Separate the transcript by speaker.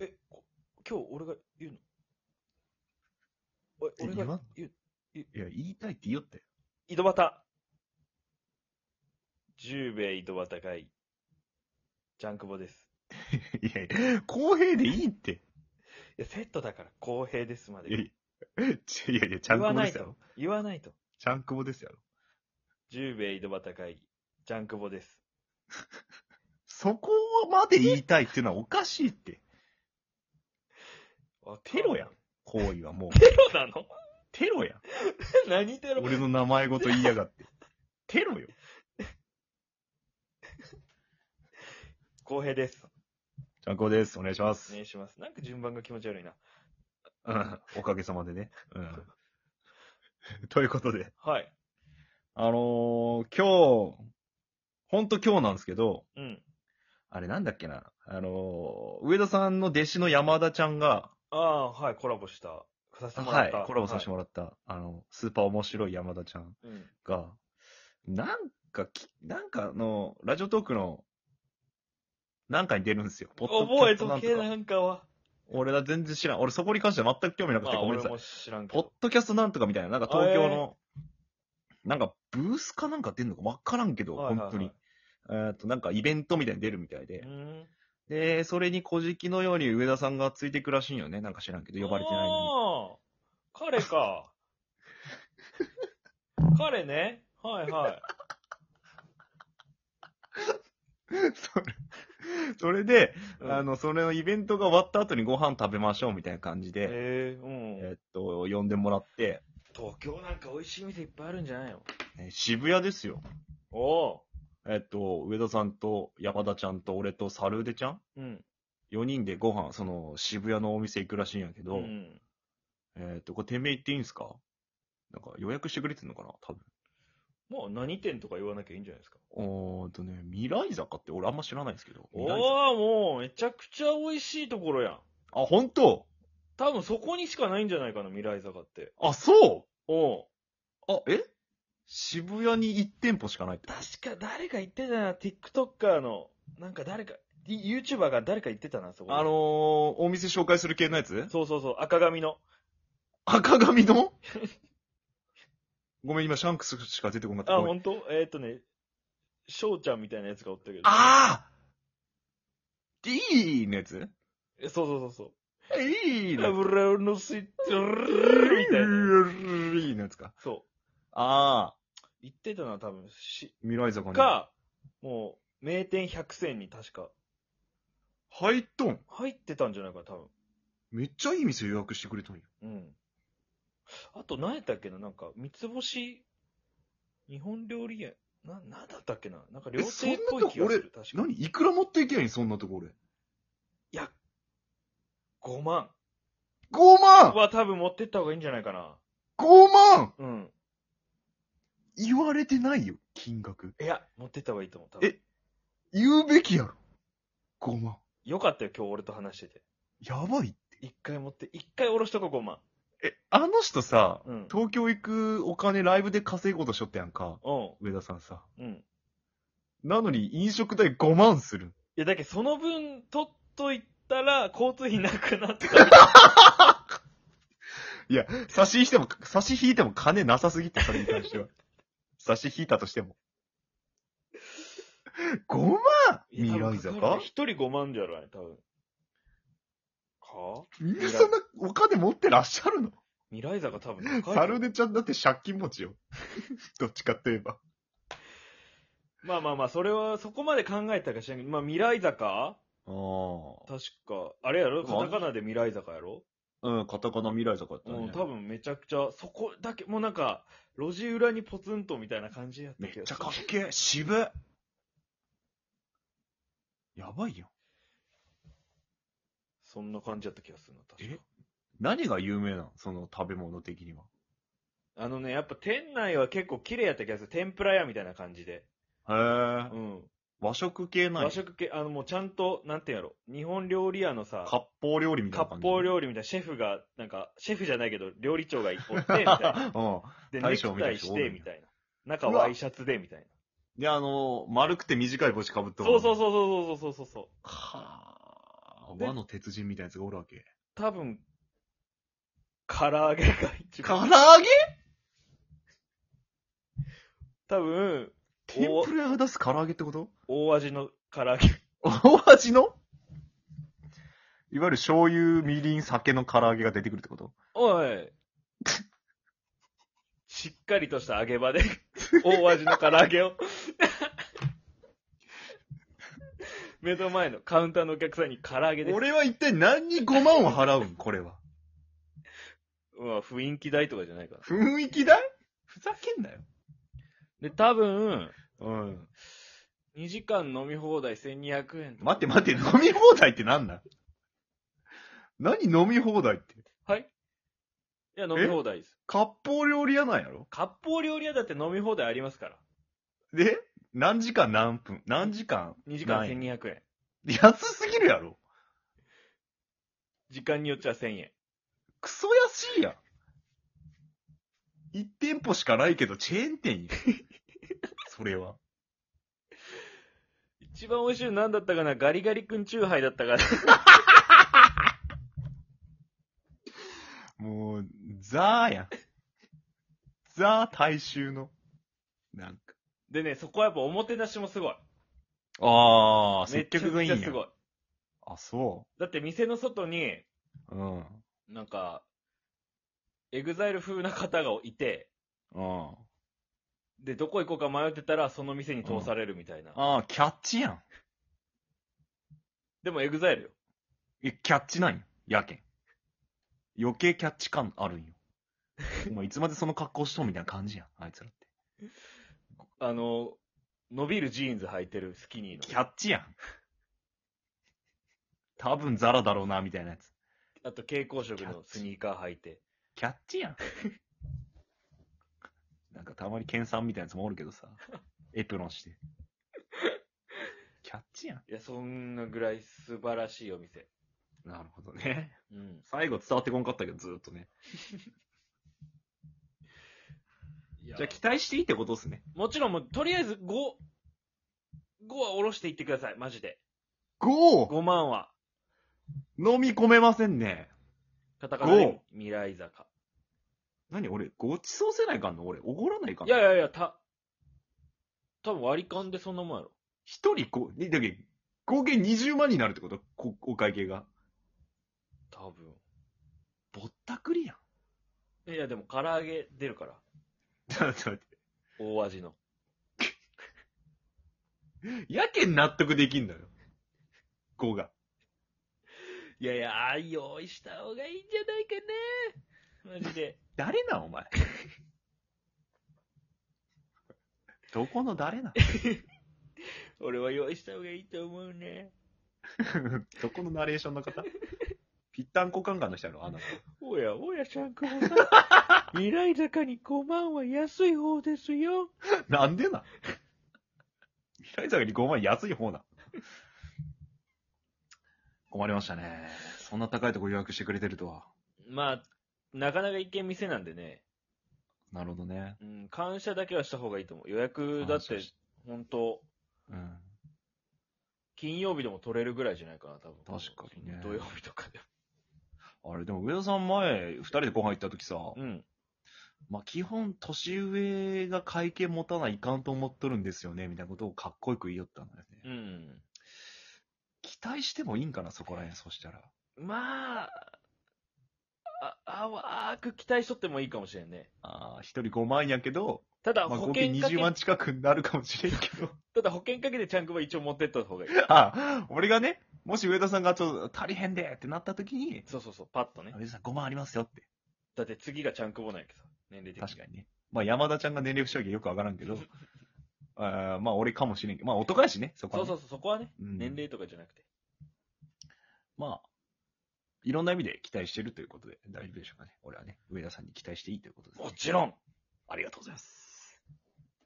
Speaker 1: え、こ今日俺が言うのおい
Speaker 2: え
Speaker 1: 俺
Speaker 2: 言わ
Speaker 1: が
Speaker 2: ん
Speaker 1: 言う、
Speaker 2: いや、言いたいって言おって。
Speaker 1: 井戸端十兵衛井戸端会、ジャンクボです。
Speaker 2: いやいや、公平でいいって。
Speaker 1: いや、セットだから公平ですまで
Speaker 2: いや。いや、ちいやいや、ちゃ
Speaker 1: 言
Speaker 2: ん
Speaker 1: わ
Speaker 2: こぼ
Speaker 1: な
Speaker 2: で
Speaker 1: い
Speaker 2: すやろ
Speaker 1: と。。言わないと。
Speaker 2: ちゃんこぼですやろ。
Speaker 1: 十兵衛井戸端会、ジャンクボです。
Speaker 2: そこまで言いたいっていうのはおかしいって。
Speaker 1: わかん
Speaker 2: テロやん。行為は もう。
Speaker 1: テロなの
Speaker 2: テロやん。
Speaker 1: 何テロ
Speaker 2: 俺の名前ごと言いやがって。 テロよ。
Speaker 1: 公平です。
Speaker 2: ちゃんこです。お願いしま
Speaker 1: お
Speaker 2: す
Speaker 1: 願。いします。なんか順番が気持ち悪いな。
Speaker 2: うん。おかげさまでね。 うん。ということで、
Speaker 1: はい。
Speaker 2: あのー、今日、ほんと今日なんですけど、
Speaker 1: うん。
Speaker 2: あれなんだっけな。あのー、上田さんの弟子の山田ちゃんが、
Speaker 1: ああ、はい、コラボした。させてもら
Speaker 2: は
Speaker 1: っ
Speaker 2: い
Speaker 1: た。、
Speaker 2: コラボさせて
Speaker 1: も
Speaker 2: もらった、あの、スーパー面白い山田ちゃん
Speaker 1: らった。うん。
Speaker 2: が、なんかき、なんかあの、ラジオトークの、なんかに出るんですよ。ポッド
Speaker 1: 覚え
Speaker 2: キャ
Speaker 1: と
Speaker 2: スト
Speaker 1: け
Speaker 2: なんとか
Speaker 1: なんかは。
Speaker 2: 俺ら全然知らん。俺そこに関しては全く興味なく
Speaker 1: ま
Speaker 2: て、
Speaker 1: あ、
Speaker 2: ごめ
Speaker 1: 俺
Speaker 2: んなさい。
Speaker 1: も知らんけ
Speaker 2: ポッ
Speaker 1: ど。
Speaker 2: ドキャストなんとかみたいな、なんか東京の、なんかブースかなんか出るのかわからんけど、
Speaker 1: はいはいはい
Speaker 2: 本当に。えーっと、なんかイベントみたいに出るみたいで
Speaker 1: う。ん。
Speaker 2: で、それに小じのように上田さんがついてくらしいんよね。なんか知らんけど、呼ばれてないの
Speaker 1: あ
Speaker 2: に。
Speaker 1: あ彼か。彼ね。はいはい。
Speaker 2: それ、それで、
Speaker 1: うん
Speaker 2: あの、それのイベントが終わった後にご飯食べましょうみたいな感じで、
Speaker 1: ええう
Speaker 2: え
Speaker 1: ん。
Speaker 2: っと、呼んでもらって、
Speaker 1: 東京なんか美味しい店いっぱいあるんじゃないの
Speaker 2: え渋谷ですよ。
Speaker 1: おお
Speaker 2: えっと、上田さんと山田ちゃんと俺とサルーデちゃん
Speaker 1: う。うん。
Speaker 2: ?4 人でご飯、その渋谷のお店行くらしいんやけど、
Speaker 1: ん。
Speaker 2: えっと、これ店名言っていいんすかなんか予約してくれてんのかな多分。
Speaker 1: もう何店とか言わなきゃいいんじゃないですか。
Speaker 2: おーっとね、未来坂って俺あんま知らないんですけど。
Speaker 1: お
Speaker 2: 未来坂
Speaker 1: おもうめちゃくちゃ美味しいところやん。
Speaker 2: あ、本当
Speaker 1: 多分そこにしかないんじゃないかな、未来坂って。
Speaker 2: あ、そう
Speaker 1: おう
Speaker 2: あ、え渋谷に1店舗しかないって。
Speaker 1: 確か誰か言ってたな、TikToker の、なんか誰か、い YouTuber が誰か言ってたな、そこで。
Speaker 2: あのー、お店紹介する系のやつ
Speaker 1: そうそうそう、赤髪の。
Speaker 2: 赤髪の ごめん、今、シャンクスしか出てこなか
Speaker 1: あ、
Speaker 2: った。ごめん
Speaker 1: 本当？えーっ、とね、翔ちゃんみたいなやつがおったけど。
Speaker 2: ああ !D のやつ
Speaker 1: えそうそうそう
Speaker 2: いい
Speaker 1: そう。ラ
Speaker 2: の
Speaker 1: ブラブのスイッチ、みたいな。
Speaker 2: いいのやつか。
Speaker 1: そう。
Speaker 2: ああ、
Speaker 1: 言ってたな、多分。し、
Speaker 2: 未来坂に。
Speaker 1: か、もう、名店100選に確か、
Speaker 2: 入っとん。
Speaker 1: 入ってたんじゃないかな、多分。
Speaker 2: めっちゃいい店予約してくれたんよ。
Speaker 1: うん。あと、何やったっけな、なんか、三つ星、日本料理屋、な、何だったっけな、なんか料亭っぽい気がする、確か
Speaker 2: 何いくら持っていけばいいんそんなとこ俺。
Speaker 1: いや、5万
Speaker 2: 5万
Speaker 1: は多分持ってった方がいいんじゃないかな。
Speaker 2: !5 万
Speaker 1: うん。
Speaker 2: 言われてないよ、金額。
Speaker 1: いや、持ってった方がいいと思う、多分。
Speaker 2: え言うべきやろ。5万。
Speaker 1: よかったよ、今日俺と話してて。
Speaker 2: やばい。
Speaker 1: 一回持って、一回下ろしとこ、5万。
Speaker 2: え、あの人さ、
Speaker 1: うん。
Speaker 2: 東京行くお金ライブで稼ごうとしょったやんか。
Speaker 1: うん。
Speaker 2: 上田さんさ。
Speaker 1: うん。い
Speaker 2: なのに飲食代5万する。
Speaker 1: や、だけどその分取っといたら、交通費なくな ってた。
Speaker 2: 差し引いても、差し引いても金なさすぎって、それに関しては。 差し引いたとしても。5
Speaker 1: い
Speaker 2: 万
Speaker 1: や
Speaker 2: 未
Speaker 1: 多
Speaker 2: 来
Speaker 1: 分かかる
Speaker 2: 坂
Speaker 1: ね一人5万じゃない多分。は
Speaker 2: みんなそんなお金持ってらっしゃるの
Speaker 1: 未来坂多分高い と思う
Speaker 2: サルネちゃんだって借金持ち よ。どっちかといえば。
Speaker 1: まあまあまあ、それはそこまで考えたか知らんけど、まあ未来坂
Speaker 2: あ
Speaker 1: 確か、あれやろ
Speaker 2: でも
Speaker 1: カタカナで未来坂やろ
Speaker 2: あ。うん、カタカナ未来坂やった
Speaker 1: うん、多分めちゃくちゃ、そこだけ、もうなんか、路地裏にポツンとみたいな感じやった
Speaker 2: め
Speaker 1: けど。
Speaker 2: っちゃかっけえ、渋っやばいよ。
Speaker 1: そんな感じやった気がするな、確
Speaker 2: え
Speaker 1: か。
Speaker 2: 何が有名なのその食べ物的には。
Speaker 1: あのね、やっぱ店内は結構綺麗やった気がする。天ぷら屋みたいな感じで。
Speaker 2: へ
Speaker 1: う
Speaker 2: え。
Speaker 1: ん。
Speaker 2: 和食系ない
Speaker 1: 和食系、あのもうちゃんと、なんていうんやろ。日本料理屋のさ、
Speaker 2: 割烹料理みたいな
Speaker 1: 割
Speaker 2: 感じ。
Speaker 1: 烹料理みたいな、シェフが、なんか、シェフじゃないけど、料理長がお って、みたいな。
Speaker 2: うん。
Speaker 1: で、ネ
Speaker 2: 大
Speaker 1: ク
Speaker 2: 将み
Speaker 1: タ
Speaker 2: たい
Speaker 1: イ
Speaker 2: な人
Speaker 1: し
Speaker 2: 多い
Speaker 1: て、
Speaker 2: ね
Speaker 1: みたいな。中
Speaker 2: うわ
Speaker 1: ワイシャツで、みたいな。
Speaker 2: で、あの、丸くて短い帽子かぶって
Speaker 1: そうそう
Speaker 2: う。
Speaker 1: そうそうそうそうそうそう。
Speaker 2: はあ和の鉄人みたいなやつがおるわけ。
Speaker 1: 多分、唐揚げが一
Speaker 2: 唐
Speaker 1: 番。
Speaker 2: 揚げ
Speaker 1: 多分、
Speaker 2: 天ぷらが出す唐揚げってこと
Speaker 1: 大味の唐揚げ。
Speaker 2: お味のいわゆる醤油、みりん、酒の唐揚げが出てくるってこと
Speaker 1: おい。しっかりとした揚げ場 で、大味の唐揚げを。目の前のカウンターのお客さんに唐揚げです。
Speaker 2: 俺は一体何に5万を払うんこれは。
Speaker 1: まあ、雰囲気代とかじゃないかな。
Speaker 2: 雰囲気代ふざけんなよ。
Speaker 1: で、多分、
Speaker 2: うん。
Speaker 1: 2時間飲み放題1200円とか。
Speaker 2: 待って待って、飲み放題ってなんだ何飲み放題って。
Speaker 1: はいいや、飲み放題です。
Speaker 2: 割烹料理屋なんやろ
Speaker 1: 割烹料理屋だって飲み放題ありますから。
Speaker 2: で、何時間何分何時間
Speaker 1: 2時間
Speaker 2: 何円
Speaker 1: 1200円。
Speaker 2: 安すぎるやろ
Speaker 1: 時間によっちゃ1000円。
Speaker 2: クソ安いやん。一店舗しかないけど、チェーン店 やん。それは。
Speaker 1: 一番美味しいの何だったかなガリガリ君チューハイだったかな
Speaker 2: もう、ザーやん。ザー大衆の。なんか。
Speaker 1: でね、そこはやっぱおもてなしもすごい。
Speaker 2: ああ、
Speaker 1: め
Speaker 2: 接
Speaker 1: っちゃ
Speaker 2: 客がいいん
Speaker 1: めっちゃ
Speaker 2: や
Speaker 1: す。ごい。
Speaker 2: あ、そ
Speaker 1: だって店の外に、
Speaker 2: う。うん。うん。
Speaker 1: なんか、エグザイル風な方がいて、
Speaker 2: あ
Speaker 1: で、どこ行こうか迷ってたら、その店に通されるみたいな。
Speaker 2: あ、キャッチやん。
Speaker 1: でもエグザイルよ。
Speaker 2: え、キャッチなんや。やけん。余計キャッチ感あるんよ。お前いつまでその格好しとんみたいな感じやん、あいつらって。
Speaker 1: あの、伸びるジーンズ履いてるスキニーの。
Speaker 2: キャッチやん。多分ザラだろうな、みたいなやつ。
Speaker 1: あと蛍光色のスニーカー履いて。
Speaker 2: キャッチやん。なんかたまに研鑽みたいなやつもおるけどさ。エプロンして。キャッチやん。
Speaker 1: いや、そんなぐらい素晴らしいお店。
Speaker 2: なるほどね。
Speaker 1: うん。
Speaker 2: 最後伝わってこんかったけど、ずーっとね。
Speaker 1: いや
Speaker 2: じゃあ期待していいってことっすね。
Speaker 1: もちろんもう、とりあえず5、5は下ろしていってください、マジで。
Speaker 2: 5!
Speaker 1: 5万は、
Speaker 2: 飲み込めませんね。
Speaker 1: カタカナで
Speaker 2: 五
Speaker 1: 未来坂。
Speaker 2: 何俺、ごちそうせないかんの俺、おごらないかん
Speaker 1: い
Speaker 2: の
Speaker 1: やいやいや、た、多分割り勘でそんなもんやろ。
Speaker 2: 一人こう、にだけ、合計20万になるってことこお会計が。
Speaker 1: 多分。
Speaker 2: ぼったくりやん。
Speaker 1: いや、でも唐揚げ出るから。
Speaker 2: ちょっと待って。
Speaker 1: 大味の。
Speaker 2: やけん納得できんのよ。5が。
Speaker 1: いやいや、ああ用意した方がいいんじゃないかな。マジで。
Speaker 2: 誰なんお前。 どこの誰なん
Speaker 1: 俺は用意した方がいいと思うね。
Speaker 2: どこのナレーションの方ぴったんこカンカンの人やろあなた。
Speaker 1: おやおや、シャンク ボさん。未来坂に5万は安い方ですよ。
Speaker 2: なんでな平井坂に5万安い方な。困りましたね。そんな高いとこ予約してくれてるとは。
Speaker 1: まあ、なかなか一見店なんでね。
Speaker 2: なるほどね。
Speaker 1: うん、感謝だけはした方がいいと思う。予約だっ
Speaker 2: 感
Speaker 1: て
Speaker 2: 謝し、
Speaker 1: 本当
Speaker 2: うん。
Speaker 1: 金曜日でも取れるぐらいじゃないかな、多分。
Speaker 2: 確かにね
Speaker 1: 土曜日とかでも。
Speaker 2: あれ、でも上田さん前、二人でご飯行った時さ、
Speaker 1: うん。
Speaker 2: まあ基本年上が会計持たないかんと思っとるんですよね、みたいなことをかっこよく言いよったんだよね。
Speaker 1: うん。
Speaker 2: 期待してもいいんかな、そこら辺、そしたら。
Speaker 1: まあ、あ、あわーく期待しとってもいいかもしれんね。
Speaker 2: ああ、一人5万やけど、
Speaker 1: ただ、
Speaker 2: まあ
Speaker 1: 保
Speaker 2: 合計
Speaker 1: 険かけ、
Speaker 2: 20万近くになるかもしれんけ ど。
Speaker 1: ただ保険かけてチャンクは一応持ってった方がいい。
Speaker 2: あ、俺がね、もし上田さんがちょっと足りへんでってなった時に、
Speaker 1: そうそうそう、パッとね。
Speaker 2: 上田さん5万ありますよって。
Speaker 1: だって次がチャンクボなんやけどさ、年齢的
Speaker 2: 確かにね。まあ山田ちゃんが年齢不詳げよくわからん けど、あーまあ俺かもしれんけど、まあ男やしね、そこ
Speaker 1: そ
Speaker 2: は
Speaker 1: う
Speaker 2: ね、
Speaker 1: そうそう、そこはね、
Speaker 2: うん
Speaker 1: 年齢とかじゃなくて。
Speaker 2: まあ、いろんな意味で期待してるということで、大丈夫でしょうかね。俺はね、上田さんに期待していいということですね、
Speaker 1: もちろん
Speaker 2: ありがとうございます。